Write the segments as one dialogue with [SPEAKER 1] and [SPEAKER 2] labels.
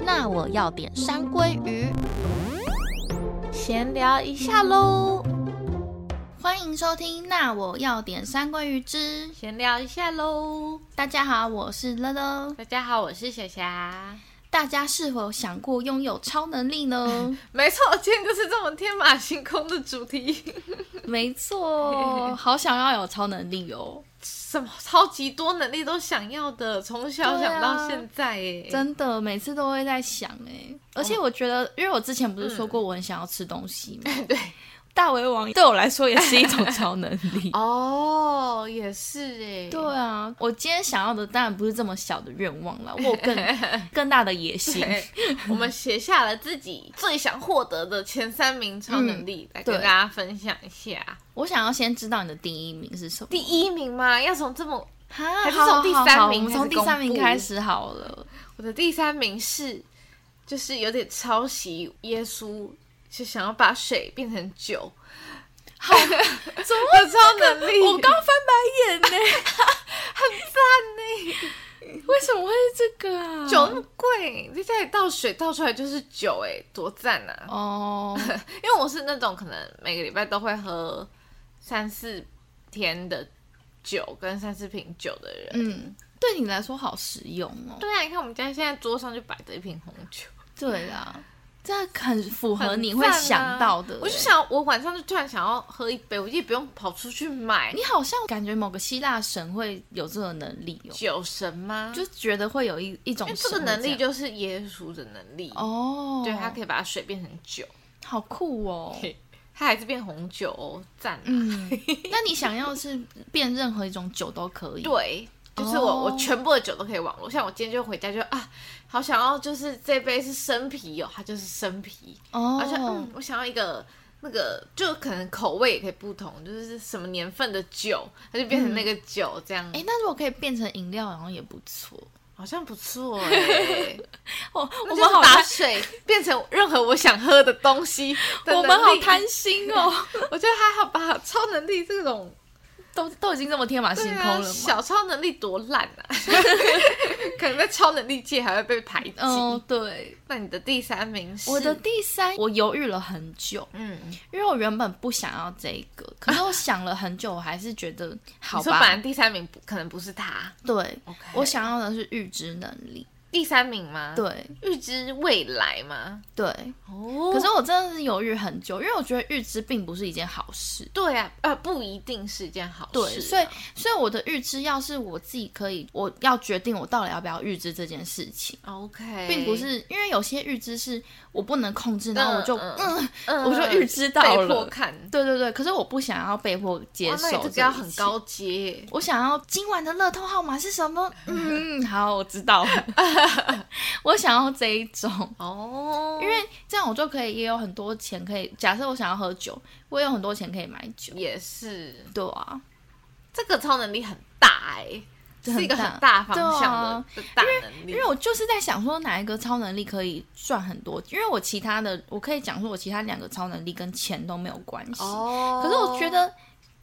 [SPEAKER 1] 那我要点山鲑鱼。
[SPEAKER 2] 闲聊一下喽，
[SPEAKER 1] 欢迎收听《那我要点山鲑鱼之》。
[SPEAKER 2] 闲聊一下喽。
[SPEAKER 1] 大家好，我是乐乐。
[SPEAKER 2] 大家好，我是小霞。
[SPEAKER 1] 大家是否想过拥有超能力呢？
[SPEAKER 2] 没错，今天就是这么天马行空的主题，
[SPEAKER 1] 没 错，好想要有超能力哦，
[SPEAKER 2] 什么超级多能力都想要的，从小
[SPEAKER 1] 对啊
[SPEAKER 2] 想到现在耶。
[SPEAKER 1] 真的，每次都会在想哎。而且我觉得，因为我之前不是说过我很想要吃东西吗？
[SPEAKER 2] 对。。
[SPEAKER 1] 嗯 大胃王对我来说也是一种超能力
[SPEAKER 2] 哦，也是 哎。
[SPEAKER 1] 对啊，我今天想要的当然不是这么小的愿望了，我有 更更大的野心。
[SPEAKER 2] 对，哎我们写下了自己最想获得的前三名超能力，来跟
[SPEAKER 1] 对
[SPEAKER 2] 大家分享一下。
[SPEAKER 1] 我想要先知道你的第一名是什么。
[SPEAKER 2] 第一名嘛，要从这么
[SPEAKER 1] 哈
[SPEAKER 2] 还是从第三
[SPEAKER 1] 好
[SPEAKER 2] 名
[SPEAKER 1] 好好我们从第三名开始好了。
[SPEAKER 2] 我的第三名是，就是有点抄袭耶稣，是想要把水变成酒，
[SPEAKER 1] 好，
[SPEAKER 2] 怎么超能力？
[SPEAKER 1] 我刚翻白眼呢，很赞呢。为什么会是这个啊？
[SPEAKER 2] 酒那么贵，在家里倒水倒出来就是酒、哎，多赞啊！
[SPEAKER 1] 哦，
[SPEAKER 2] 因为我是那种可能每个礼拜都会喝三四天的酒跟三四瓶酒的人。
[SPEAKER 1] 嗯，对你来说好实用哦。
[SPEAKER 2] 对啊，你看我们家现在桌上就摆着一瓶红酒，
[SPEAKER 1] 对啊，这很符合
[SPEAKER 2] 很
[SPEAKER 1] 你会
[SPEAKER 2] 赞啊
[SPEAKER 1] 想到的。
[SPEAKER 2] 我就，想，我晚上就突然想要喝一杯，我也不用跑出去买
[SPEAKER 1] 你好像感觉某个希腊神会有这个能力哦，
[SPEAKER 2] 酒神吗？
[SPEAKER 1] 就觉得会有一一种
[SPEAKER 2] 因为这
[SPEAKER 1] 神
[SPEAKER 2] 个
[SPEAKER 1] 会
[SPEAKER 2] 能力
[SPEAKER 1] 样
[SPEAKER 2] 就是耶稣的能力，
[SPEAKER 1] 哦，
[SPEAKER 2] 对，他可以把水变成酒，
[SPEAKER 1] 好酷 哦。
[SPEAKER 2] 他还是变红酒哦，赞、
[SPEAKER 1] 嗯，那你想要是变任何一种酒都可以。
[SPEAKER 2] 对，就是我、
[SPEAKER 1] 哦
[SPEAKER 2] 我全部的酒都可以网络，像我今天就回家就啊，好想要就是这杯是生啤哦，它就是生啤，
[SPEAKER 1] 哦，
[SPEAKER 2] 而且嗯，我想要一个。那个就可能口味也可以不同，就是什么年份的酒，它就变
[SPEAKER 1] 嗯
[SPEAKER 2] 成那个酒这样，
[SPEAKER 1] 哎、那如果可以变成饮料，好像也不错。
[SPEAKER 2] 好像 不错哎、
[SPEAKER 1] 我
[SPEAKER 2] 我
[SPEAKER 1] 我
[SPEAKER 2] 们把水变成任何我想喝的东西的
[SPEAKER 1] 我们好
[SPEAKER 2] 能力啊
[SPEAKER 1] 贪心哦，
[SPEAKER 2] 我觉得还好吧，超能力这种
[SPEAKER 1] 都都已经这么天马行
[SPEAKER 2] 对
[SPEAKER 1] 空
[SPEAKER 2] 啊，
[SPEAKER 1] 了嘛。
[SPEAKER 2] 小超能力多烂啊！ 可能在超能力界还会被排挤。
[SPEAKER 1] 嗯，对，
[SPEAKER 2] 那你的第三名是
[SPEAKER 1] 我的第三，我犹豫了很久，
[SPEAKER 2] 嗯，
[SPEAKER 1] 因为我原本不想要这个，可是我想了很久，我还是觉得好
[SPEAKER 2] 你说本来
[SPEAKER 1] 吧。
[SPEAKER 2] 第三名不可能不是他
[SPEAKER 1] 对，
[SPEAKER 2] ，OK，嗯
[SPEAKER 1] 我想要的是预知能力。
[SPEAKER 2] 第三名吗？，
[SPEAKER 1] 对
[SPEAKER 2] 预知未来吗？
[SPEAKER 1] 对，
[SPEAKER 2] 哦
[SPEAKER 1] 可是我真的是犹豫很久，因为我觉得预知并不是一件好事。
[SPEAKER 2] 对啊，呃，不一定是件好事啊。
[SPEAKER 1] 对，所以所以我的预知要是我自己可以，我要决定我到底要不要预知这件事情，
[SPEAKER 2] OK，
[SPEAKER 1] 并不是因为有些预知是我不能控制，然后我就
[SPEAKER 2] 哎嗯
[SPEAKER 1] 嗯
[SPEAKER 2] 嗯
[SPEAKER 1] 我就预知到
[SPEAKER 2] 被迫
[SPEAKER 1] 了，
[SPEAKER 2] 看，
[SPEAKER 1] 对对对，可是我不想要被迫接
[SPEAKER 2] 哇，那你
[SPEAKER 1] 受，
[SPEAKER 2] 这个要很。高阶。
[SPEAKER 1] 我想要今晚的乐透号码是什么？ 嗯，好，我知道了。 我想要这一种，
[SPEAKER 2] 哦，
[SPEAKER 1] 因为这样我就可以也有很多钱可以。假设我想要喝酒，我也有很多钱可以买酒。
[SPEAKER 2] 也是
[SPEAKER 1] 对啊，
[SPEAKER 2] 这个超能力很大哎、
[SPEAKER 1] 这
[SPEAKER 2] 是一个
[SPEAKER 1] 很大啊
[SPEAKER 2] 很大方向的,、的大能力。
[SPEAKER 1] 因为我就是在想说哪一个超能力可以赚很多，因为我其他的我可以讲说我其他两个超能力跟钱都没有关系。
[SPEAKER 2] 哦，
[SPEAKER 1] 可是我觉得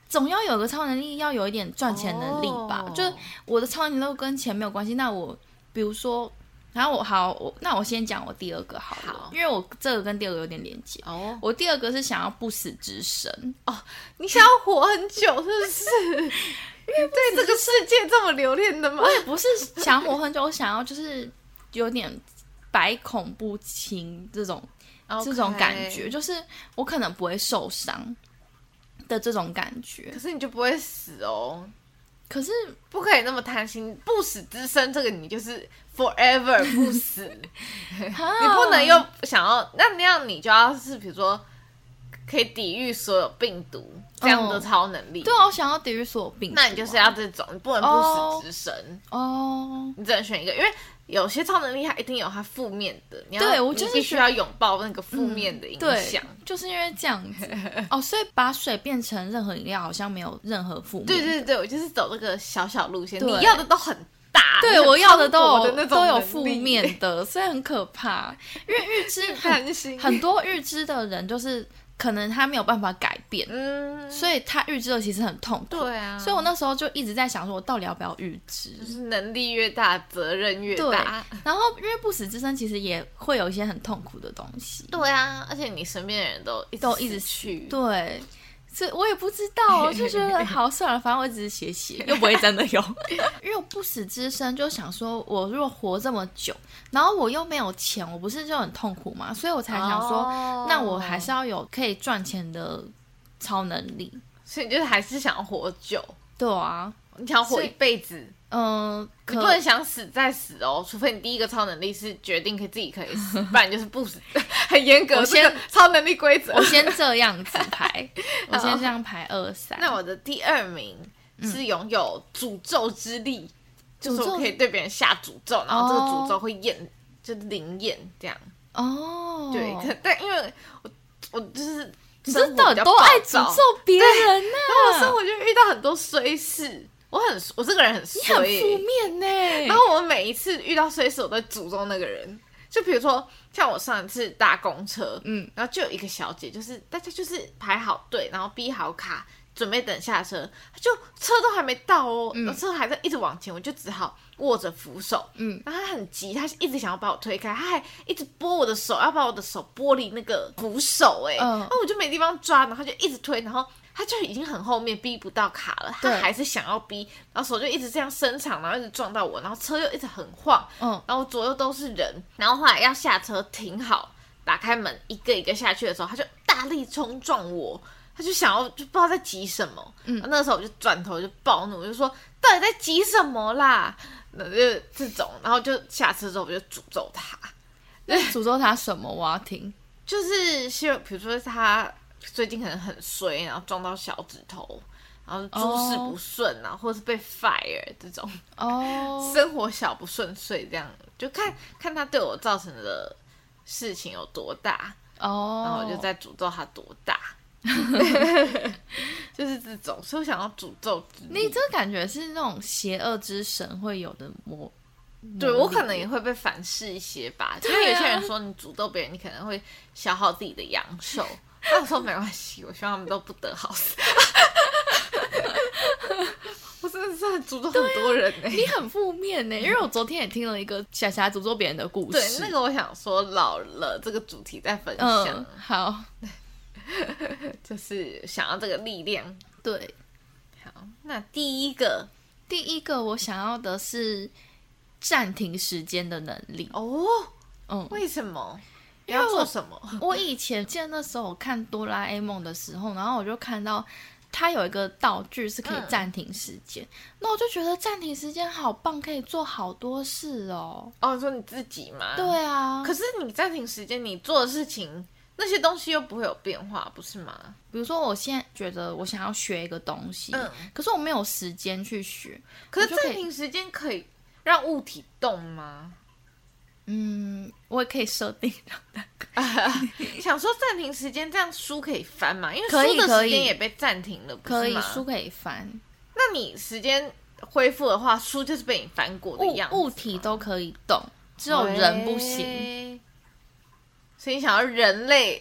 [SPEAKER 1] 总要有个超能力，要有一点赚钱能力吧。
[SPEAKER 2] 哦
[SPEAKER 1] 就是我的超能力都跟钱没有关系，那我比如说，然后我好，我那我先讲我第二个好了，
[SPEAKER 2] 好
[SPEAKER 1] 因为我这个跟第二个有点连接。
[SPEAKER 2] 哦，
[SPEAKER 1] 我第二个是想要不死之身，
[SPEAKER 2] 你想要活很久是不 是？你对这个世界这么留恋的吗？
[SPEAKER 1] 不是想活很久，我想要就是有点百恐不侵这种
[SPEAKER 2] OK
[SPEAKER 1] 这种感觉，。就是我可能不会受伤的这种感觉
[SPEAKER 2] 可。是你就不会死哦，
[SPEAKER 1] 可是
[SPEAKER 2] 不可以那么贪心，不死之身这个你就是 forever 不死，
[SPEAKER 1] 嗯
[SPEAKER 2] 你
[SPEAKER 1] 你
[SPEAKER 2] 不能
[SPEAKER 1] 啊
[SPEAKER 2] 又想要那那样你就要是比如说可以抵御所有病毒这样的
[SPEAKER 1] 哦
[SPEAKER 2] 超能力。
[SPEAKER 1] 对啊，我想要抵御所有病毒啊、
[SPEAKER 2] 那你就是要这种，你不能不死之身，
[SPEAKER 1] 哦，
[SPEAKER 2] 你只能选一个，因为有些超能力它一定有它负面的，你要
[SPEAKER 1] 对我就是
[SPEAKER 2] 你必须要拥抱那个负面的影
[SPEAKER 1] 对
[SPEAKER 2] 响。，
[SPEAKER 1] 就是因为这样子 哦，所以把水变成任何饮料好像没有任何负面。
[SPEAKER 2] 对对对，我就是走那个小小路线，
[SPEAKER 1] 对
[SPEAKER 2] 你要的都很大，
[SPEAKER 1] 对
[SPEAKER 2] 你很
[SPEAKER 1] 我要的
[SPEAKER 2] 磅
[SPEAKER 1] 都
[SPEAKER 2] 礴
[SPEAKER 1] 有
[SPEAKER 2] 的那种
[SPEAKER 1] 都有
[SPEAKER 2] 能力
[SPEAKER 1] 负 面，的，所以很可怕。因为预知很
[SPEAKER 2] 贪心
[SPEAKER 1] 很多预知的人就是可能他没有办法改变，
[SPEAKER 2] 嗯，
[SPEAKER 1] 所以他预知了其实很痛苦。
[SPEAKER 2] 对啊，
[SPEAKER 1] 所以我那时候就一直在想，说我到底要不要预知？
[SPEAKER 2] 就是能力越大，责任越
[SPEAKER 1] 对
[SPEAKER 2] 大。，
[SPEAKER 1] 然后因为不死之身其实也会有一些很痛苦的东西，
[SPEAKER 2] 对啊，而且你身边的人都一
[SPEAKER 1] 都一直
[SPEAKER 2] 去，
[SPEAKER 1] 对，这我也不知 道，我就觉得好算了，反正我只是写写，又不会真的有。 因为我不死之身就想说，我如果活这么久，然后我又没有钱，我不是就很痛苦嘛？所以我才想说，
[SPEAKER 2] 哦
[SPEAKER 1] 那我还是要有可以赚钱的超能力。
[SPEAKER 2] 所以你就是还是想活久，
[SPEAKER 1] 对啊，
[SPEAKER 2] 你想活
[SPEAKER 1] 所以
[SPEAKER 2] 一辈子，
[SPEAKER 1] 嗯、
[SPEAKER 2] 你
[SPEAKER 1] 可
[SPEAKER 2] 不能想死再死哦，除非你第一个超能力是决定可以自己可以 死，不然就是不死，很严格
[SPEAKER 1] 我
[SPEAKER 2] 这个超能力规则。
[SPEAKER 1] 我先这样子 排，我先这样排二三。
[SPEAKER 2] 那我的第二名是拥有诅咒之力，就是
[SPEAKER 1] 诅咒
[SPEAKER 2] 我可以对别人下诅咒，然后这个诅咒会验，就是灵验这样。
[SPEAKER 1] 哦，
[SPEAKER 2] 对，可但因为我我就是
[SPEAKER 1] 你
[SPEAKER 2] 生活
[SPEAKER 1] 这到
[SPEAKER 2] 比
[SPEAKER 1] 底
[SPEAKER 2] 较
[SPEAKER 1] 多爱
[SPEAKER 2] 暴
[SPEAKER 1] 诅
[SPEAKER 2] 躁
[SPEAKER 1] 咒别人呐、
[SPEAKER 2] 然后我生活就遇到很多衰事，我很我这个人很
[SPEAKER 1] 你很
[SPEAKER 2] 衰、
[SPEAKER 1] 负面呢、
[SPEAKER 2] 然后我每一次遇到衰事，我都会诅咒那个人。就比如说，像我上一次搭公车，
[SPEAKER 1] 嗯，
[SPEAKER 2] 然后就有一个小姐，就是大家就是排好队，然后逼好卡，准备等下车，就车都还没到哦，车还在一直往前，我就只好握着扶手，
[SPEAKER 1] 嗯，
[SPEAKER 2] 然后她很急，她一直想要把我推开，她还一直拨我的手，要把我的手剥离那个扶手、哎、
[SPEAKER 1] 嗯
[SPEAKER 2] 然后我就没地方抓，然后她就一直推，然后。她就已经很后面逼不到卡了，她
[SPEAKER 1] 对
[SPEAKER 2] 还是想要逼，然后手就一直这样伸长，然后一直撞到我，然后车又一直很晃，
[SPEAKER 1] 嗯，
[SPEAKER 2] 然后左右都是人，然后后来要下车停好，打开门一个一个下去的时候，他就大力冲撞我，他就想要就不知道在急什么，嗯，那个时候我就转头就暴怒，我就说到底在急什么啦？那就这种，然后就下车之后我就诅咒他，
[SPEAKER 1] 那诅咒他什么？我要听。
[SPEAKER 2] 就是像比如说他最近可能很衰，然后撞到小指头。然后诸事不顺啊或者是被 fire 这种，
[SPEAKER 1] 哦，
[SPEAKER 2] 生活小不顺遂，这样就看看他对我造成的事情有多大，
[SPEAKER 1] 哦，
[SPEAKER 2] 然后我就在诅咒他多大， 就是这种，所以我想要诅咒之
[SPEAKER 1] 你
[SPEAKER 2] 力。
[SPEAKER 1] 这感觉是那种邪恶之神会有的魔，
[SPEAKER 2] 嗯对我可能也会被反噬一些吧，因为
[SPEAKER 1] 对啊
[SPEAKER 2] 有些人说你诅咒别人，你可能会消耗自己的阳 寿。那我说没关系，我希望他们都不得好 死。我真的是很诅咒很多人欸呢、
[SPEAKER 1] 你很负面欸呢。因为我昨天也听了一个霞霞诅咒别人的故
[SPEAKER 2] 嗯对，
[SPEAKER 1] 事，
[SPEAKER 2] 那个我想说老了这个主题再分享。
[SPEAKER 1] 嗯，好，
[SPEAKER 2] 就是想要这个力量。
[SPEAKER 1] 对，
[SPEAKER 2] 好，那第一个
[SPEAKER 1] 第一个我想要的是暂停时间的能力。
[SPEAKER 2] 哦，
[SPEAKER 1] 嗯，
[SPEAKER 2] 为什么？
[SPEAKER 1] 因为
[SPEAKER 2] 要
[SPEAKER 1] 我
[SPEAKER 2] 做什么？
[SPEAKER 1] 我以前记得那时候我看哆啦 A 梦的时候，然后我就看到它有一个道具是可以
[SPEAKER 2] 嗯
[SPEAKER 1] 暂停时间，那、我就觉得暂停时间好棒，可以做好多事哦。
[SPEAKER 2] 哦，你说你自己吗？。
[SPEAKER 1] 对啊，
[SPEAKER 2] 可是你暂停时间，你做的事情那些东西又不会有变化，不是吗？
[SPEAKER 1] 比如说我现在觉得我想要学一个东西，
[SPEAKER 2] 嗯
[SPEAKER 1] 可是我没有时间去学，
[SPEAKER 2] 可是
[SPEAKER 1] 我就可以
[SPEAKER 2] 暂停时间可以让物体动吗？
[SPEAKER 1] 嗯，我也可以设定
[SPEAKER 2] 想说暂停时间这样书可以翻吗？因为
[SPEAKER 1] 可以
[SPEAKER 2] 书的
[SPEAKER 1] 可
[SPEAKER 2] 时
[SPEAKER 1] 以
[SPEAKER 2] 间也被暂停了，不
[SPEAKER 1] 可
[SPEAKER 2] 是
[SPEAKER 1] 以
[SPEAKER 2] 吗？
[SPEAKER 1] 书可以翻，
[SPEAKER 2] 那你时间恢复的话，书就是被你翻过的
[SPEAKER 1] 物
[SPEAKER 2] 样子
[SPEAKER 1] 物体都可以动，只有人不行，
[SPEAKER 2] 喂。所以你想要人类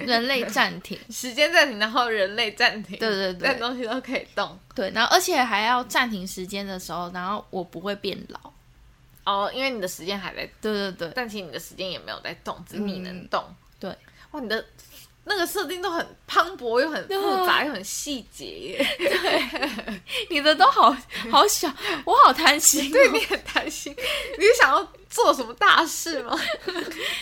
[SPEAKER 1] 人类暂 停。
[SPEAKER 2] 时间暂停，然后人类暂停，
[SPEAKER 1] 对对对
[SPEAKER 2] 但东西都可以动
[SPEAKER 1] 对，然后而且还要暂停时间的时候，然后我不会变老。
[SPEAKER 2] 哦，因为你的时间还在，
[SPEAKER 1] 对对对，
[SPEAKER 2] 但其实你的时间也没有在动，只是你
[SPEAKER 1] 嗯
[SPEAKER 2] 能动。
[SPEAKER 1] 对，
[SPEAKER 2] 哇，你的那个设定都很磅礴，又
[SPEAKER 1] 啊
[SPEAKER 2] 很复杂，又很细节耶，
[SPEAKER 1] 你的都好好小，我好贪心、
[SPEAKER 2] 对你很担心，你是想要做什么大事吗？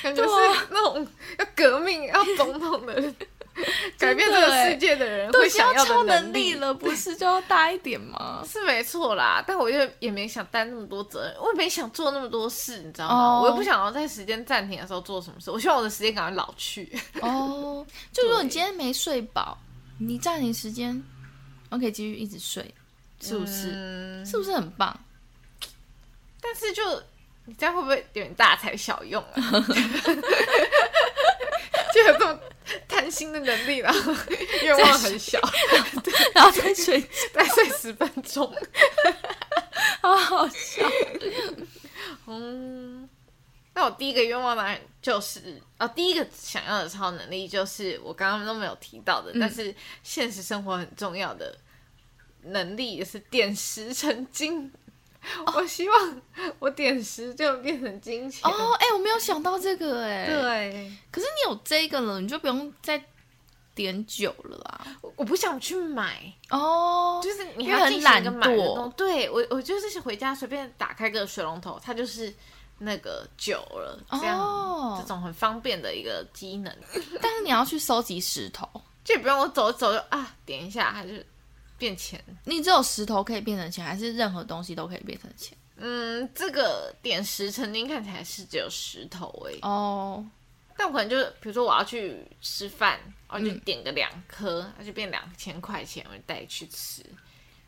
[SPEAKER 2] 感觉
[SPEAKER 1] 对啊
[SPEAKER 2] 是那种要革命、要总统的人，改变这个世界的人
[SPEAKER 1] 欸都
[SPEAKER 2] 会
[SPEAKER 1] 已经要
[SPEAKER 2] 想要
[SPEAKER 1] 超
[SPEAKER 2] 的
[SPEAKER 1] 能
[SPEAKER 2] 力
[SPEAKER 1] 力了，不是就要大一点吗？
[SPEAKER 2] 是没错啦，但我又也没想担那么多责任，我也没想做那么多事，你知道吗
[SPEAKER 1] 哦
[SPEAKER 2] 我又不想要在时间暂停的时候做什么事，我希望我的时间赶快老去。
[SPEAKER 1] 哦，就如果你
[SPEAKER 2] 对
[SPEAKER 1] 今天没睡饱，你暂停时间，我可以继续一直睡，是不是？
[SPEAKER 2] 嗯，
[SPEAKER 1] 是不是很棒？
[SPEAKER 2] 但是就你这样会不会有点大材小用啊？ 就有这种贪心的能力啦， 愿望很 小，
[SPEAKER 1] 然后再睡觉，
[SPEAKER 2] 再睡十分钟。
[SPEAKER 1] 好好笑。
[SPEAKER 2] 嗯，那我第一个愿望当然就是，哦，第一个想要的超能力就是我刚刚都没有提到的，但是现实生活很重要的能力，也是点石成金。我希望我点石就变成金钱。
[SPEAKER 1] 哦，哎、我没有想到这个哎、
[SPEAKER 2] 对，
[SPEAKER 1] 可是你有这个了，你就不用再点酒了啊。
[SPEAKER 2] 我我不想去买，
[SPEAKER 1] 哦，
[SPEAKER 2] 就是你
[SPEAKER 1] 因为
[SPEAKER 2] 还要
[SPEAKER 1] 很
[SPEAKER 2] 进行一个
[SPEAKER 1] 懒
[SPEAKER 2] 买的
[SPEAKER 1] 惰
[SPEAKER 2] 动作对我，我就是回家随便打开个水龙头，它就是那个酒了，这样、
[SPEAKER 1] 哦
[SPEAKER 2] 这种很方便的一个机能，
[SPEAKER 1] 但是你要去收集石头，
[SPEAKER 2] 就也不用我走一走就啊点一下，它就变钱。
[SPEAKER 1] 你只有石头可以变成钱，还是任何东西都可以变成钱？
[SPEAKER 2] 嗯，这个点石成金看起来是只有石头哎、
[SPEAKER 1] 哦，
[SPEAKER 2] 但我可能就是比如说我要去吃饭，我就
[SPEAKER 1] 嗯
[SPEAKER 2] 点个两颗，它就变两千块钱，我就带去吃。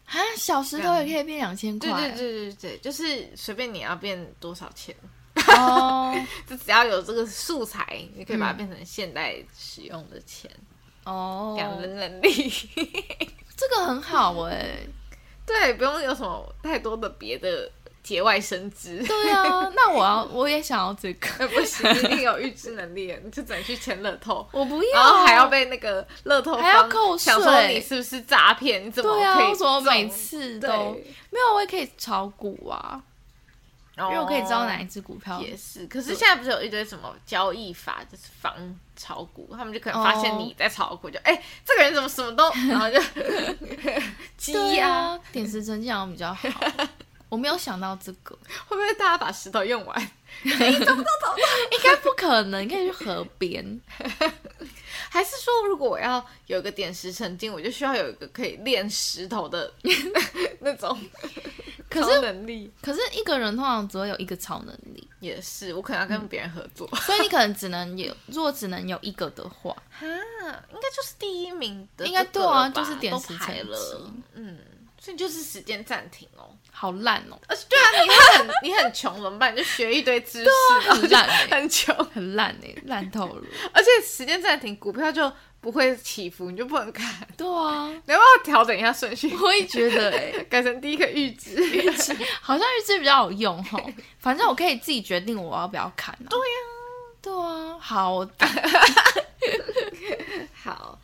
[SPEAKER 1] 啊，小石头也可以变两千块，
[SPEAKER 2] 对对对对对，就是随便你要变多少钱。
[SPEAKER 1] 对， 哦
[SPEAKER 2] 就只要有这个素材，你可以把它变成现代使用的钱，养
[SPEAKER 1] 哦，
[SPEAKER 2] 人能力。
[SPEAKER 1] 这个很好哎、
[SPEAKER 2] 对，不用有什么太多的别的节外生 枝。
[SPEAKER 1] 对啊，那我要我也想要这个，
[SPEAKER 2] 不行，一定有预知能力了，你就只能去签乐透。
[SPEAKER 1] 我不要，
[SPEAKER 2] 然后还要被那个乐透方
[SPEAKER 1] 还要扣税
[SPEAKER 2] 想说你是不是诈骗？你怎么
[SPEAKER 1] 对啊，
[SPEAKER 2] 可以
[SPEAKER 1] 为什么
[SPEAKER 2] 中
[SPEAKER 1] 每次都
[SPEAKER 2] 对哦
[SPEAKER 1] 没有？我也可以炒股啊，因为我可以知道哪一只股票。
[SPEAKER 2] 也是，啊可是现在不是有一堆什么交易法，就是防炒股，他们就可能发现
[SPEAKER 1] 哦
[SPEAKER 2] 你在炒股，就哎、这个人怎么什么 都，然后就鸡
[SPEAKER 1] 对
[SPEAKER 2] 呀、
[SPEAKER 1] 啊，点石成金好像比较 好。我没有想到这个，
[SPEAKER 2] 会不会大家把石头用完？
[SPEAKER 1] 应该不可能。你可以去河边，
[SPEAKER 2] 还是说，如果我要有一个点石成金，我就需要有一个可以练石头 的那种
[SPEAKER 1] 可
[SPEAKER 2] 超
[SPEAKER 1] 是
[SPEAKER 2] 能力？
[SPEAKER 1] 可是一个人通常只会有一个超能力，
[SPEAKER 2] 也是，我可能要跟别人合作。
[SPEAKER 1] 所以你可能只能有， 如果只能有一个的话，
[SPEAKER 2] 哈，应该就是第一名的这个了
[SPEAKER 1] 应
[SPEAKER 2] 吧，
[SPEAKER 1] 该对啊就是点
[SPEAKER 2] 都
[SPEAKER 1] 石
[SPEAKER 2] 排
[SPEAKER 1] 成
[SPEAKER 2] 了
[SPEAKER 1] 金，
[SPEAKER 2] 嗯，所以就是时间暂停哦。
[SPEAKER 1] 好烂 哦，
[SPEAKER 2] 而且对啊，你会很你很穷怎么办？你就学一堆知识，然后
[SPEAKER 1] 很烂
[SPEAKER 2] 就
[SPEAKER 1] 欸
[SPEAKER 2] 啊很穷。
[SPEAKER 1] 很烂哎、烂透了。
[SPEAKER 2] 而且时间暂停，股票就不会起伏，你就不能看。
[SPEAKER 1] 对啊，
[SPEAKER 2] 你要不要调整一下顺序？
[SPEAKER 1] 我也觉得哎、
[SPEAKER 2] 改成第一个预知，预知
[SPEAKER 1] 好像预知比较有用 吼。反正我可以自己决定我要不要看、啊。对呀、对啊，好，我
[SPEAKER 2] 好，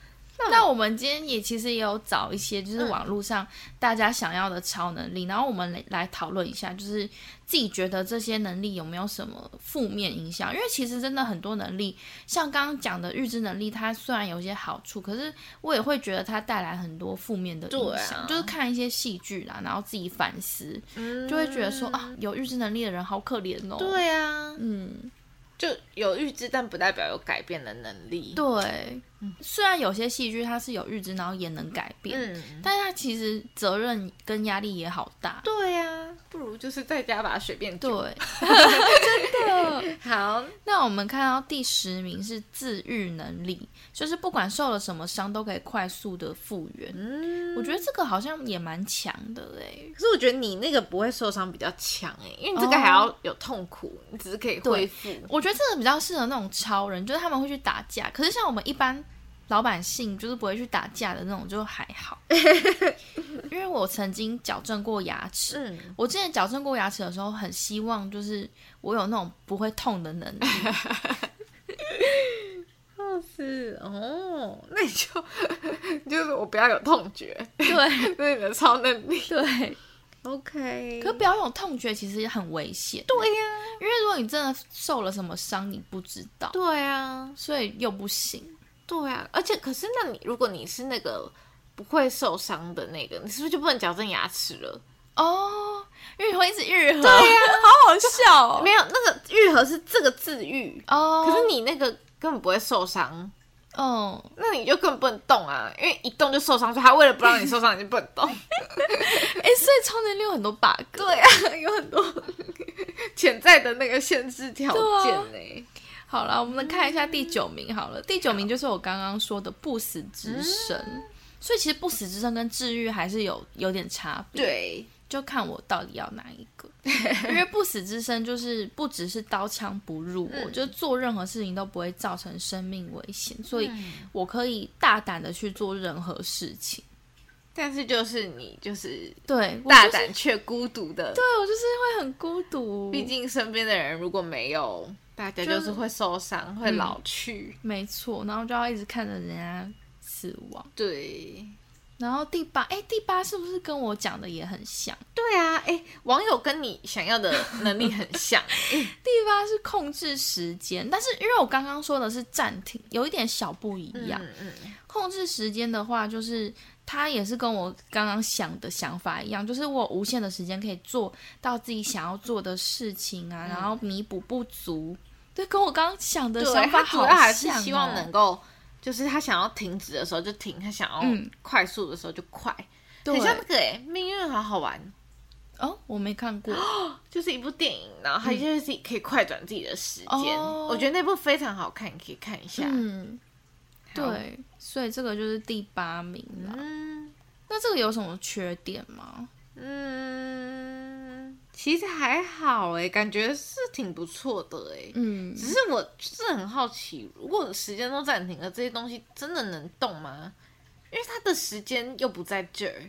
[SPEAKER 1] 那我们今天也其实也有找一些，
[SPEAKER 2] 嗯
[SPEAKER 1] 就是网络上大家想要的超能力，然后我们来来讨论一下，就是自己觉得这些能力有没有什么负面影响？因为其实真的很多能力，像刚刚讲的预知能力，它虽然有一些好处，可是我也会觉得它带来很多负面的影
[SPEAKER 2] 对
[SPEAKER 1] 响。
[SPEAKER 2] 啊
[SPEAKER 1] 就是看一些戏剧啦，然后自己反思，
[SPEAKER 2] 嗯
[SPEAKER 1] 就会觉得说、啊，有预知能力的人好可怜哦。，
[SPEAKER 2] 对啊，
[SPEAKER 1] 嗯，
[SPEAKER 2] 就有预知，但不代表有改变的能力。，
[SPEAKER 1] 对。虽然有些戏剧它是有预知，然后也能改变，
[SPEAKER 2] 嗯，
[SPEAKER 1] 但是他其实责任跟压力也好大。
[SPEAKER 2] 对啊，不如就是在家把它随便
[SPEAKER 1] 对
[SPEAKER 2] 做。，
[SPEAKER 1] 真的。
[SPEAKER 2] 好，
[SPEAKER 1] 那我们看到第十名是自愈能力，就是不管受了什么伤，都可以快速的复原。
[SPEAKER 2] 嗯，
[SPEAKER 1] 我觉得这个好像也蛮强的哎。
[SPEAKER 2] 可是我觉得你那个不会受伤比较强哎、因为你这
[SPEAKER 1] 哦
[SPEAKER 2] 个还要有痛苦，你只是可以恢复。
[SPEAKER 1] 我觉得这个比较适合那种超人，就是他们会去打架。可是像我们一般老百姓，就是不会去打架的那种，就还好。 因为我曾经矫正过牙齿，
[SPEAKER 2] 嗯，
[SPEAKER 1] 我之前矫正过牙齿的时候，很希望就是我有那种不会痛的能力。
[SPEAKER 2] 是哦， 那你就你就是我不要有痛觉，
[SPEAKER 1] 对，
[SPEAKER 2] 这是你的超能力。
[SPEAKER 1] 对，
[SPEAKER 2] OK，
[SPEAKER 1] 可不要有痛觉，其实也很危险。对，
[SPEAKER 2] 对呀、
[SPEAKER 1] 因为如果你真的受了什么伤，你不知道，
[SPEAKER 2] 对呀，
[SPEAKER 1] 所以又不行。
[SPEAKER 2] 对呀，而且可是那你如果你是那个不会受伤的那个，你是不是就不能矫正牙齿了？
[SPEAKER 1] 哦，愈合一直愈合，对啊呀、好好笑哦
[SPEAKER 2] 没。有，那个愈合是这个治愈，
[SPEAKER 1] 哦，
[SPEAKER 2] 可是你那个根本不会受伤，
[SPEAKER 1] 嗯，
[SPEAKER 2] 那你就根本不能动啊，因为一动就受伤，所以他为了不让你受伤，你就不能动。
[SPEAKER 1] 哎、所以超能力有很多 bug。
[SPEAKER 2] 对啊，有很多 潜在的那个限制条件呢、
[SPEAKER 1] 好了，我们看一下第九名好了。第九名就是我刚刚说的不死之身，嗯所以其实不死之身跟治愈还是有有点差别。
[SPEAKER 2] 对，
[SPEAKER 1] 就看我到底要哪一 个，因为不死之身就是不只是刀枪不入我，
[SPEAKER 2] 嗯
[SPEAKER 1] 就做任何事情都不会造成
[SPEAKER 2] 嗯
[SPEAKER 1] 生命危险，所以我可以大胆的去做任何事情。
[SPEAKER 2] 但是就是你就是
[SPEAKER 1] 对，我
[SPEAKER 2] 大
[SPEAKER 1] 就是
[SPEAKER 2] 胆却孤独的，
[SPEAKER 1] 对我就是会很孤独，
[SPEAKER 2] 毕竟身边的人如果没有，大家
[SPEAKER 1] 就
[SPEAKER 2] 就是嗯是会受伤，会老去。
[SPEAKER 1] 没错，然后就要一直看着人家死亡。
[SPEAKER 2] 对，
[SPEAKER 1] 然后第八，哎，第八是不是跟我讲的也很像？
[SPEAKER 2] 对啊，哎、网友跟你想要的能力很像，
[SPEAKER 1] 第八是控制时间，但是因为我刚刚说的是暂停，有一点小不一
[SPEAKER 2] 一
[SPEAKER 1] 样。
[SPEAKER 2] 嗯嗯，
[SPEAKER 1] 控制时间的话，就是它也是跟我刚刚想的想法一样，就是我有无限的时间可以做到自己想要做的事情
[SPEAKER 2] 嗯
[SPEAKER 1] 啊，然后弥补不足。对，跟我刚刚想的
[SPEAKER 2] 对，
[SPEAKER 1] 想法
[SPEAKER 2] 他主
[SPEAKER 1] 好
[SPEAKER 2] 要还是
[SPEAKER 1] 像、哦、
[SPEAKER 2] 希望能够，就是他想要停止的时候就停，他想要
[SPEAKER 1] 嗯
[SPEAKER 2] 快速的时候就快，
[SPEAKER 1] 对
[SPEAKER 2] 很像那个哎、命运好好玩。
[SPEAKER 1] 哦，我没看过，
[SPEAKER 2] 嗯就是一部电影，然后它就是自己可以快转自己的时间，
[SPEAKER 1] 哦
[SPEAKER 2] 我觉得那部非常好看，你可以看一下。
[SPEAKER 1] 嗯，
[SPEAKER 2] 好，
[SPEAKER 1] 对，所以这个就是第八名啦。
[SPEAKER 2] 嗯，
[SPEAKER 1] 那这个有什么缺点吗？
[SPEAKER 2] 嗯，其实还好哎，感觉是挺不错的哎。
[SPEAKER 1] 嗯，
[SPEAKER 2] 只是我就是很好奇，如果时间都暂停了，这些东西真的能动吗？因为它的时间又不在这儿，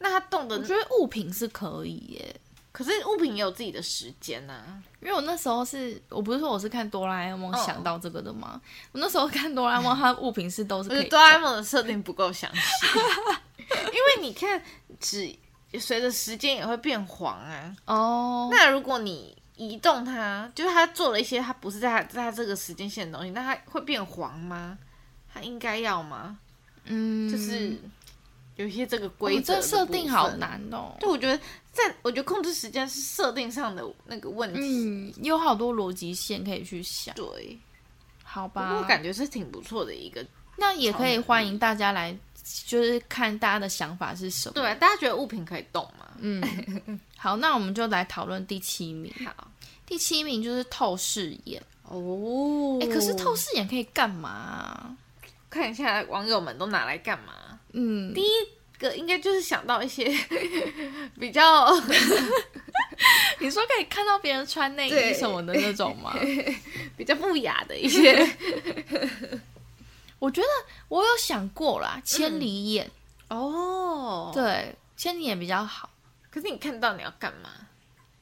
[SPEAKER 2] 那它动
[SPEAKER 1] 我
[SPEAKER 2] 的，
[SPEAKER 1] 觉得物品是可以耶，
[SPEAKER 2] 可是物品也有自己的时间啊呐、
[SPEAKER 1] 因为我那时候是我不是说我是看哆啦 A 梦
[SPEAKER 2] 嗯
[SPEAKER 1] 想到这个的吗？我那时候看哆啦 A 梦，它物品是都是
[SPEAKER 2] 我
[SPEAKER 1] 可
[SPEAKER 2] 觉
[SPEAKER 1] 以
[SPEAKER 2] 得哆啦 A 梦的设定不够详细，因为你看纸随着时间也会变黄啊。
[SPEAKER 1] 哦，
[SPEAKER 2] 那如果你移动它，就是它做了一些它不是在它在它这个时间线的东西，那它会变黄吗？它应该要吗？
[SPEAKER 1] 嗯，
[SPEAKER 2] 就是有一些这个规
[SPEAKER 1] 我
[SPEAKER 2] 则、
[SPEAKER 1] 这设定好。难哦。
[SPEAKER 2] 对，我觉得在我觉得控制时间是设定上的那个问题。
[SPEAKER 1] 嗯，有好多逻辑线可以去想，
[SPEAKER 2] 对，
[SPEAKER 1] 好
[SPEAKER 2] 不
[SPEAKER 1] 吧？
[SPEAKER 2] 过感觉是挺不错的一个。
[SPEAKER 1] 那也可以
[SPEAKER 2] 超能
[SPEAKER 1] 欢迎大家来，就是看大家的想法是什么。
[SPEAKER 2] 对啊，大家觉得物品可以动吗？
[SPEAKER 1] 嗯，好，那我们就来讨论第七名。
[SPEAKER 2] 好
[SPEAKER 1] 第七名就是透视眼，
[SPEAKER 2] 哦
[SPEAKER 1] 哎、可是透视眼可以干嘛啊、
[SPEAKER 2] 看一下网友们都拿来干嘛？
[SPEAKER 1] 嗯，
[SPEAKER 2] 第一个应该就是想到一些 比较
[SPEAKER 1] 你说可以看到别人穿内衣
[SPEAKER 2] 对
[SPEAKER 1] 什么的那种 吗？
[SPEAKER 2] 比较不雅的一些
[SPEAKER 1] 我觉得我有想过啦，千里眼，
[SPEAKER 2] 嗯哦，，
[SPEAKER 1] 对，千里眼比较好，
[SPEAKER 2] 可是你看到你要干嘛？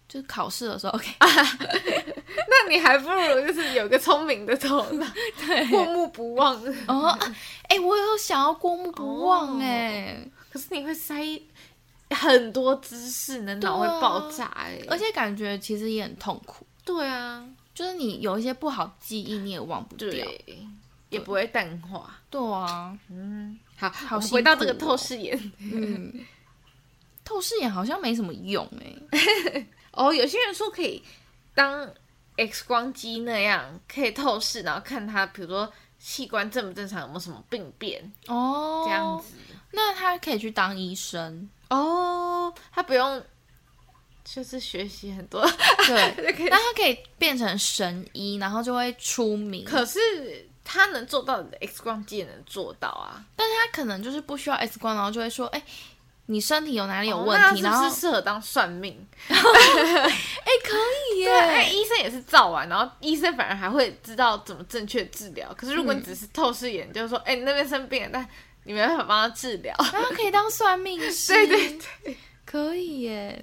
[SPEAKER 1] 就是考试的时候 OK，
[SPEAKER 2] 那你还不如就是有个聪明的头 脑，过目不忘。
[SPEAKER 1] 哦，哎、啊诶我有想要过目不忘
[SPEAKER 2] 哦
[SPEAKER 1] 哎、
[SPEAKER 2] 可是你会塞很多知识，你的脑会
[SPEAKER 1] 对啊
[SPEAKER 2] 爆炸哎、
[SPEAKER 1] 而且感觉其实也很痛苦，
[SPEAKER 2] 对啊，
[SPEAKER 1] 就是你有一些不好记忆你也忘不掉，
[SPEAKER 2] 对，也不会淡化。
[SPEAKER 1] 对啊，
[SPEAKER 2] 嗯，好，
[SPEAKER 1] 好
[SPEAKER 2] 我们
[SPEAKER 1] 辛
[SPEAKER 2] 回到这个
[SPEAKER 1] 苦
[SPEAKER 2] 透
[SPEAKER 1] 哦
[SPEAKER 2] 视眼。
[SPEAKER 1] 嗯，透视眼好像没什么用哎、
[SPEAKER 2] 哦，有些人说可以当 X 光机那样，可以透视，然后看它，比如说器官正不正常，有没有什么病变
[SPEAKER 1] 哦，
[SPEAKER 2] 这样子。
[SPEAKER 1] 那他可以去当医生，
[SPEAKER 2] 哦，他不用，就是学习很多，
[SPEAKER 1] 对，
[SPEAKER 2] 就可以。
[SPEAKER 1] 那他可以变成神医，然后就会出名。
[SPEAKER 2] 可是他能做到的 X 光机也能做到啊，
[SPEAKER 1] 但是他可能就是不需要 X 光，然后就会说，哎、你身体有哪里有问
[SPEAKER 2] 哦
[SPEAKER 1] 题？
[SPEAKER 2] 那
[SPEAKER 1] 然
[SPEAKER 2] 他
[SPEAKER 1] 后
[SPEAKER 2] 是不是适合当算命？
[SPEAKER 1] 哎、可以
[SPEAKER 2] 对，哎因为
[SPEAKER 1] 耶，
[SPEAKER 2] 医生也是照完，然后医生反而还会知道怎么正确治疗。可是如果你只是透视眼，就是说，哎、你那边生病了，但你没办法帮他治 疗。
[SPEAKER 1] 然后可以当算命师，
[SPEAKER 2] 对对
[SPEAKER 1] 可以耶。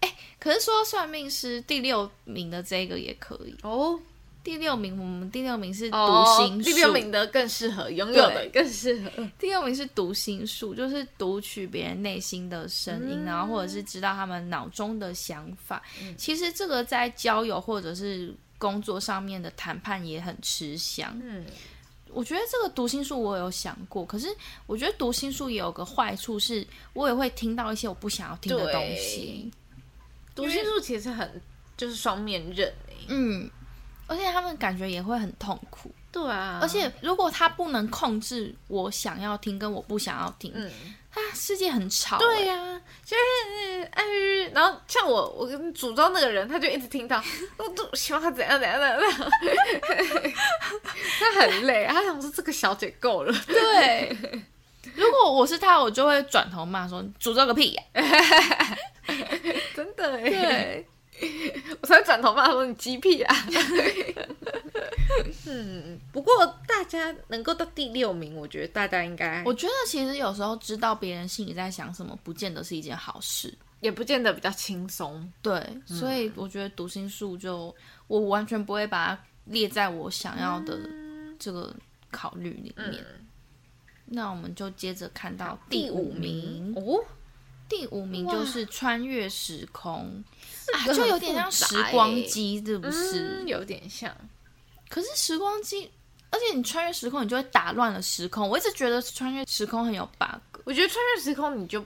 [SPEAKER 1] 哎、可是说到算命师第六名的这个也可以，
[SPEAKER 2] 哦，
[SPEAKER 1] 第六名我们第六名是读
[SPEAKER 2] 哦
[SPEAKER 1] 心术，
[SPEAKER 2] 第六名的更适合，拥有的
[SPEAKER 1] 对
[SPEAKER 2] 更适合。
[SPEAKER 1] 第六名是读心术，就是读取别人内心的声音，
[SPEAKER 2] 嗯
[SPEAKER 1] 然后或者是知道他们脑中的想法。其实这个在交友或者是工作上面的谈判也很吃香。
[SPEAKER 2] 嗯，
[SPEAKER 1] 我觉得这个读心术我有想过，可是我觉得读心术也有个坏处是，我也会听到一些我不想要听的东西。
[SPEAKER 2] 读心术其实很就是双面刃欸诶、
[SPEAKER 1] 嗯，而且他们感觉也会很痛苦。
[SPEAKER 2] 对啊，
[SPEAKER 1] 而且如果他不能控制我想要听跟我不想要听，
[SPEAKER 2] 嗯。
[SPEAKER 1] 他世界很吵、
[SPEAKER 2] 对
[SPEAKER 1] 欸
[SPEAKER 2] 呀、就是哎，然后像我，我跟诅咒那个人，他就一直听到，我都希望他怎样怎样怎样怎样， 他很累，他想说这个小姐够了，
[SPEAKER 1] 对，如果我是他，我就会转头骂说：“你诅咒个屁呀、
[SPEAKER 2] 真的哎，，我 才会转头骂他说你鸡屁啊。嗯，不过大家现在能够到第六名，我觉得大家应该
[SPEAKER 1] 我觉得其实有时候知道别人心里在想什么，不见得是一件好事。
[SPEAKER 2] 也不见得比较轻松。
[SPEAKER 1] 对，所以我觉得读心术就我完全不会把它列在我想要的这个考虑里面。那我们就接着看到第五名，
[SPEAKER 2] 哦，
[SPEAKER 1] 第五名就是穿越时空啊，
[SPEAKER 2] 个
[SPEAKER 1] 就
[SPEAKER 2] 很
[SPEAKER 1] 有点像
[SPEAKER 2] 复杂
[SPEAKER 1] 时光
[SPEAKER 2] 欸
[SPEAKER 1] 机，是不是？
[SPEAKER 2] 嗯，有点像。
[SPEAKER 1] 可是时光机，而且你穿越时空，你就会打乱了时空。我一直觉得穿越时空很有 bug。
[SPEAKER 2] 我觉得穿越时空，你就，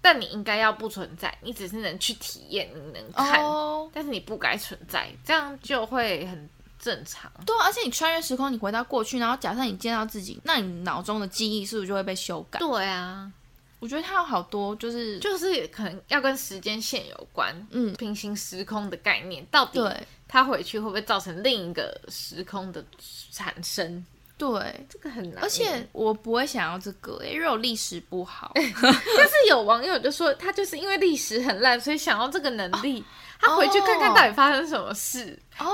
[SPEAKER 2] 但你应该要不存在，你只是能去体验，你能看，
[SPEAKER 1] 哦，
[SPEAKER 2] 但是你不该存在，这样就会很正常。
[SPEAKER 1] 对啊，而且你穿越时空，你回到过去，然后假设你见到自己，那你脑中的记忆是不是就会被修改？
[SPEAKER 2] 对啊，
[SPEAKER 1] 我觉得它有好多就是
[SPEAKER 2] 就是可能要跟时间线有关，
[SPEAKER 1] 嗯
[SPEAKER 2] 平行时空的概念，到底
[SPEAKER 1] 对
[SPEAKER 2] 他回去会不会造成另一个时空的产生？
[SPEAKER 1] 对，
[SPEAKER 2] 这个很难，欸
[SPEAKER 1] 而且我不会想要这个、欸，因为我历史不 好。
[SPEAKER 2] 但是有网友就说，他就是因为历史很烂，所以想要这个能力，他回去看看到底发生什么事。
[SPEAKER 1] 哦，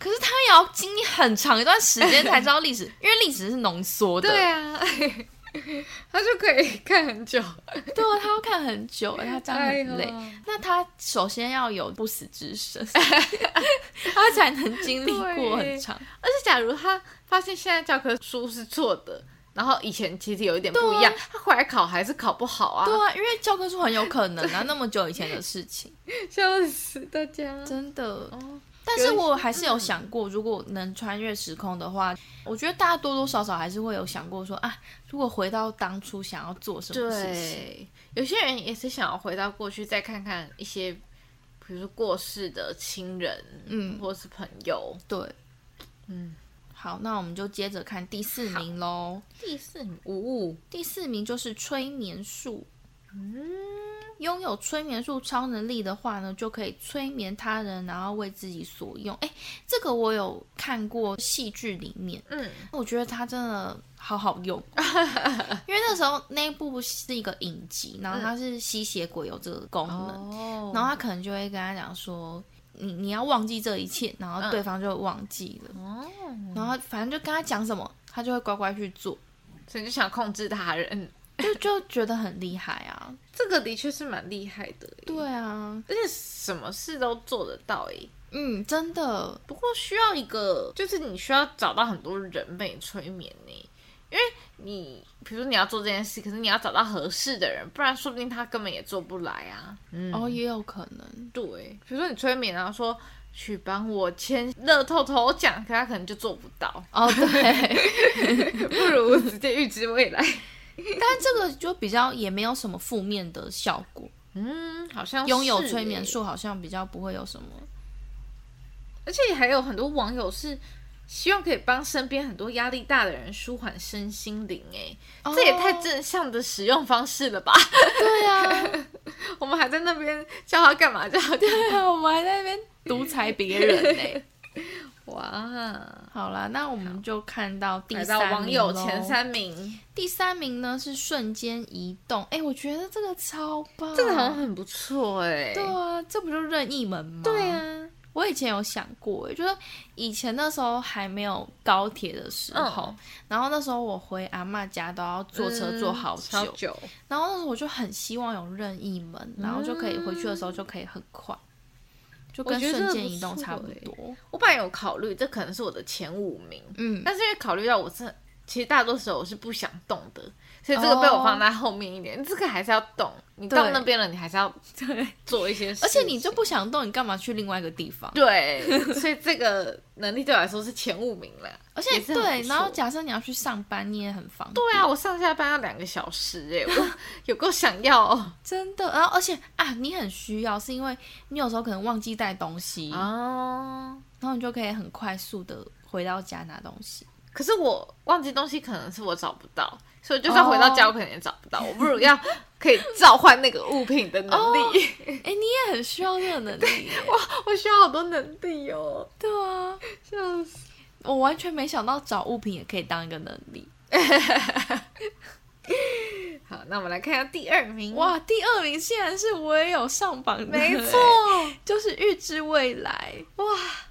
[SPEAKER 1] 可是他也要经历很长一段时间才知道历史，因为历史是浓缩的。
[SPEAKER 2] 对啊， 他就可以看很久，
[SPEAKER 1] 对啊，他要看很 久，他这样很累。
[SPEAKER 2] 哎呦
[SPEAKER 1] 那他首先要有不死之 身，他才能经历过很长。
[SPEAKER 2] 而且假如他发现现在教科书是错的，然后以前其实有一点不一样，他回来考还是考不好啊
[SPEAKER 1] 对，啊，因为教科书很有可能啊，那么久以前的事情，
[SPEAKER 2] 笑死大家。
[SPEAKER 1] 真的。
[SPEAKER 2] 哦
[SPEAKER 1] 但是我还
[SPEAKER 2] 嗯
[SPEAKER 1] 是有想过，如果能穿越时空的话，我觉得大家多多少少还是会有想过说啊，如果回到当初想要做什么事情，
[SPEAKER 2] 对，有些人也是想要回到过去，再看看一些，比如说过世的亲人，
[SPEAKER 1] 嗯
[SPEAKER 2] 或是朋友。
[SPEAKER 1] 对，
[SPEAKER 2] 嗯，
[SPEAKER 1] 好，那我们就接着看第四名喽。
[SPEAKER 2] 第四名，五五，
[SPEAKER 1] 第四名就是催眠术。
[SPEAKER 2] 嗯，
[SPEAKER 1] 拥有催眠术超能力的话呢，就可以催眠他人，然后为自己所用。哎，这个我有看过戏剧里面，
[SPEAKER 2] 嗯，
[SPEAKER 1] 我觉得它真的好好 用，因为那时候那一部是一个影集，然后它是吸血鬼有这个功能，
[SPEAKER 2] 嗯哦
[SPEAKER 1] 然后他可能就会跟他讲说。你你要忘记这一切，然后对方就忘记了，
[SPEAKER 2] 嗯哦，
[SPEAKER 1] 然后反正就跟他讲什么，他就会乖乖去做，
[SPEAKER 2] 所以就想控制他人，
[SPEAKER 1] 就就觉得很厉害啊！
[SPEAKER 2] 这个的确是蛮厉害的，
[SPEAKER 1] 对啊，
[SPEAKER 2] 而且什么事都做得到诶。
[SPEAKER 1] 嗯，真的，
[SPEAKER 2] 不过需要一个，就是你需要找到很多人被你催眠呢，因为你比如说你要做这件事，可是你要找到合适的人，不然说不定他根本也做不来啊。嗯，
[SPEAKER 1] 哦，也有可能，
[SPEAKER 2] 对，比如说你催眠，然后说去帮我签乐透头奖，可他可能就做不 到，
[SPEAKER 1] 哦，对，
[SPEAKER 2] 不如直接预知 未来。
[SPEAKER 1] 但这个就比较也没有什么负面的效果。
[SPEAKER 2] 嗯，好像
[SPEAKER 1] 拥有
[SPEAKER 2] 是
[SPEAKER 1] 催
[SPEAKER 2] 耶
[SPEAKER 1] 眠术好像比较不会有什么，
[SPEAKER 2] 而且还有很多网友是希望可以帮身边很多压力大的人舒缓身心灵，哎、这也太
[SPEAKER 1] 哦
[SPEAKER 2] 正向的使用方式了吧？
[SPEAKER 1] 对啊，
[SPEAKER 2] 我们还在那边叫他干嘛叫他干
[SPEAKER 1] 对 啊，我们还在那边独裁别人呢、
[SPEAKER 2] 嘛哇！
[SPEAKER 1] 好啦，那我们就看到第
[SPEAKER 2] 来
[SPEAKER 1] 三
[SPEAKER 2] 到
[SPEAKER 1] 名
[SPEAKER 2] 网友
[SPEAKER 1] 咯
[SPEAKER 2] 前，三名，
[SPEAKER 1] 第三名呢是瞬间移动，哎、我觉得这个超棒，
[SPEAKER 2] 这个好像很不错哎、
[SPEAKER 1] 对啊，这不就任意门吗？
[SPEAKER 2] 对，啊，
[SPEAKER 1] 我以前有想过，欸就是以前那时候还没有高铁的时候，
[SPEAKER 2] 嗯
[SPEAKER 1] 然后那时候我回阿嬷家都要坐车坐好久，
[SPEAKER 2] 嗯超久，
[SPEAKER 1] 然后那时候我就很希望有任意门，然后就可以回去的时候就可以很快，就跟
[SPEAKER 2] 我觉得
[SPEAKER 1] 瞬
[SPEAKER 2] 这
[SPEAKER 1] 间
[SPEAKER 2] 不
[SPEAKER 1] 移动
[SPEAKER 2] 错
[SPEAKER 1] 差不
[SPEAKER 2] 欸
[SPEAKER 1] 多。
[SPEAKER 2] 我本来有考虑，这可能是我的前五名，
[SPEAKER 1] 嗯，
[SPEAKER 2] 但是因为考虑到我是，其实大多时候我是不想动的，所以这个被我放在后面一点。这个还是要动，你到
[SPEAKER 1] 对
[SPEAKER 2] 那边了，你还是要
[SPEAKER 1] 对，
[SPEAKER 2] 做一些事
[SPEAKER 1] 而
[SPEAKER 2] 情，
[SPEAKER 1] 且你就不想动，你干嘛去另外一个地方？
[SPEAKER 2] 对，所以这个能力对我来说是前五名了。
[SPEAKER 1] 而且
[SPEAKER 2] 也是很
[SPEAKER 1] 对，
[SPEAKER 2] 不
[SPEAKER 1] 然后
[SPEAKER 2] 错
[SPEAKER 1] 假设你要去上班，你也很方便，
[SPEAKER 2] 对啊，我上下班要两个小时 哎、我有够想要哦
[SPEAKER 1] 真的。然后而且啊，你很需要，是因为你有时候可能忘记带东西，
[SPEAKER 2] 哦。
[SPEAKER 1] 然后你就可以很快速的回到家拿东西。
[SPEAKER 2] 可是我忘记东西，可能是我找不到，所以就算回到家，
[SPEAKER 1] 哦
[SPEAKER 2] 我可能也找 不到。我不如要可以召唤那个物品的能力，
[SPEAKER 1] 哎，你也很需要这个能力耶，
[SPEAKER 2] 我需要好多能力哦，
[SPEAKER 1] 对啊，
[SPEAKER 2] 笑死！
[SPEAKER 1] 我完全没想到找物品也可以当一个能力。
[SPEAKER 2] 好，那我们来看一下第二名，，
[SPEAKER 1] 哇，第二名 竟然是我也有上榜的，
[SPEAKER 2] 没错，，
[SPEAKER 1] 就是预知未来。
[SPEAKER 2] 哇，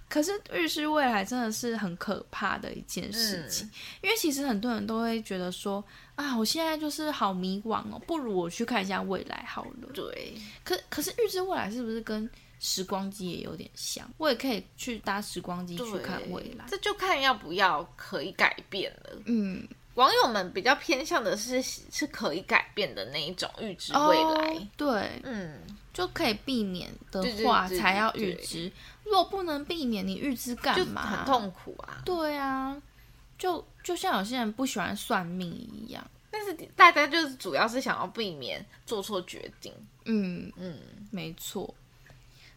[SPEAKER 1] 可是预知未来真的是很可怕的一件事情，
[SPEAKER 2] 嗯
[SPEAKER 1] 因为其实很多人都会觉得说啊，我现在就是好迷惘哦，不如我去看一下未来好了。
[SPEAKER 2] 对，
[SPEAKER 1] 可可是预知未来是不是跟时光机也有点像？我也可以去搭时光机去
[SPEAKER 2] 对
[SPEAKER 1] 看未来。
[SPEAKER 2] 这就看要不要可以改变了。
[SPEAKER 1] 嗯，
[SPEAKER 2] 网友们比较偏向的是是可以改变的那一种预知未来。
[SPEAKER 1] 哦对，
[SPEAKER 2] 嗯，
[SPEAKER 1] 就可以避免的
[SPEAKER 2] 对对
[SPEAKER 1] 话
[SPEAKER 2] 对
[SPEAKER 1] 才要
[SPEAKER 2] 对
[SPEAKER 1] 预知，如果不能避免，你预知干
[SPEAKER 2] 就
[SPEAKER 1] 嘛？
[SPEAKER 2] 很痛苦啊。
[SPEAKER 1] 对啊，就就像有些人不喜欢算命一样，
[SPEAKER 2] 但是大家就是主要是想要避免做错决定。
[SPEAKER 1] 嗯，
[SPEAKER 2] 嗯，
[SPEAKER 1] 没错。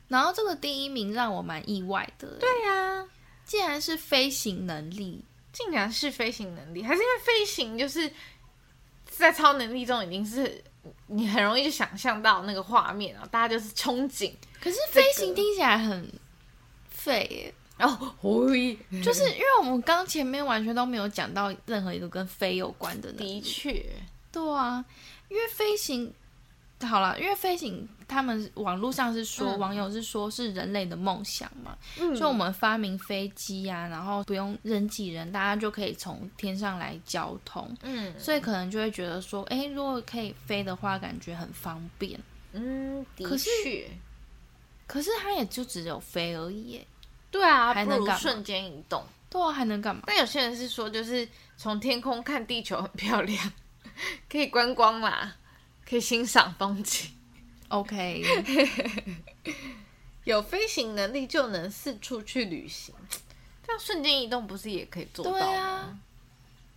[SPEAKER 1] 然后这个第一名让我蛮意外的，对，
[SPEAKER 2] 对呀、
[SPEAKER 1] 竟然是飞行能力，
[SPEAKER 2] 竟然是飞行能力，还是因为飞行就是在超能力中已经是你很容易就想象到那个画面啊，然后大家就是憧憬。
[SPEAKER 1] 可是
[SPEAKER 2] 这
[SPEAKER 1] 飞行
[SPEAKER 2] 个
[SPEAKER 1] 听起来很废耶、
[SPEAKER 2] 然后， 喂，
[SPEAKER 1] 就是因为我们刚前面完全都没有讲到任何一个跟飞有关的能
[SPEAKER 2] 的
[SPEAKER 1] 力，
[SPEAKER 2] 确，
[SPEAKER 1] 对啊，因为飞行，好了，因为飞行，他们网络上是说，
[SPEAKER 2] 嗯
[SPEAKER 1] 网友是说是人类的梦想嘛，
[SPEAKER 2] 嗯
[SPEAKER 1] 就我们发明飞机呀、然后不用人挤人，大家就可以从天上来交通，
[SPEAKER 2] 嗯
[SPEAKER 1] 所以可能就会觉得说，诶，如果可以飞的话，感觉很方便。
[SPEAKER 2] 嗯，的
[SPEAKER 1] 可是
[SPEAKER 2] 确，
[SPEAKER 1] 可是它也就只有飞而已耶，
[SPEAKER 2] 对啊，
[SPEAKER 1] 还
[SPEAKER 2] 不
[SPEAKER 1] 能
[SPEAKER 2] 如
[SPEAKER 1] 干嘛
[SPEAKER 2] 瞬间移动。
[SPEAKER 1] 对啊，还能 干嘛？
[SPEAKER 2] 但有些人是说，就是从天空看地球很漂亮， 可以观光啦，可以欣赏风景。
[SPEAKER 1] OK，
[SPEAKER 2] 有飞行能力就能四处去旅行，这样瞬间移动不是也可以做到吗？
[SPEAKER 1] 对啊，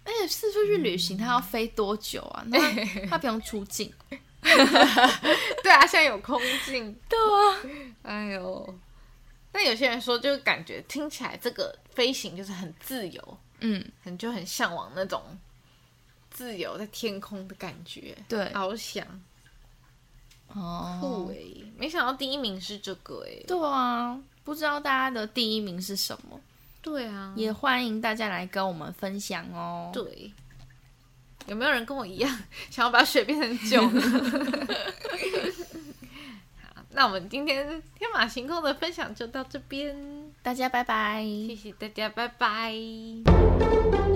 [SPEAKER 1] 而且四处去旅行，它要飞多久啊？那它它不用出 境，
[SPEAKER 2] 对啊，现在有空镜，
[SPEAKER 1] 对啊。
[SPEAKER 2] 哎呦。但有些人说，就感觉听起来这个飞行就是很自由，
[SPEAKER 1] 嗯，
[SPEAKER 2] 很就很向往那种自由在天空的感觉，
[SPEAKER 1] 对，
[SPEAKER 2] 翱翔。
[SPEAKER 1] 哦
[SPEAKER 2] 酷，哎，没想到第一名是这个哎。
[SPEAKER 1] 对啊，不知道大家的第一名是什么，
[SPEAKER 2] 对啊，
[SPEAKER 1] 也欢迎大家来跟我们分享哦。
[SPEAKER 2] 对。有没有人跟我一样 想要把水变成酒呢？ 好，那我们今天天马行空的分享就到这边，
[SPEAKER 1] 大家拜拜。
[SPEAKER 2] 谢谢大家，拜拜。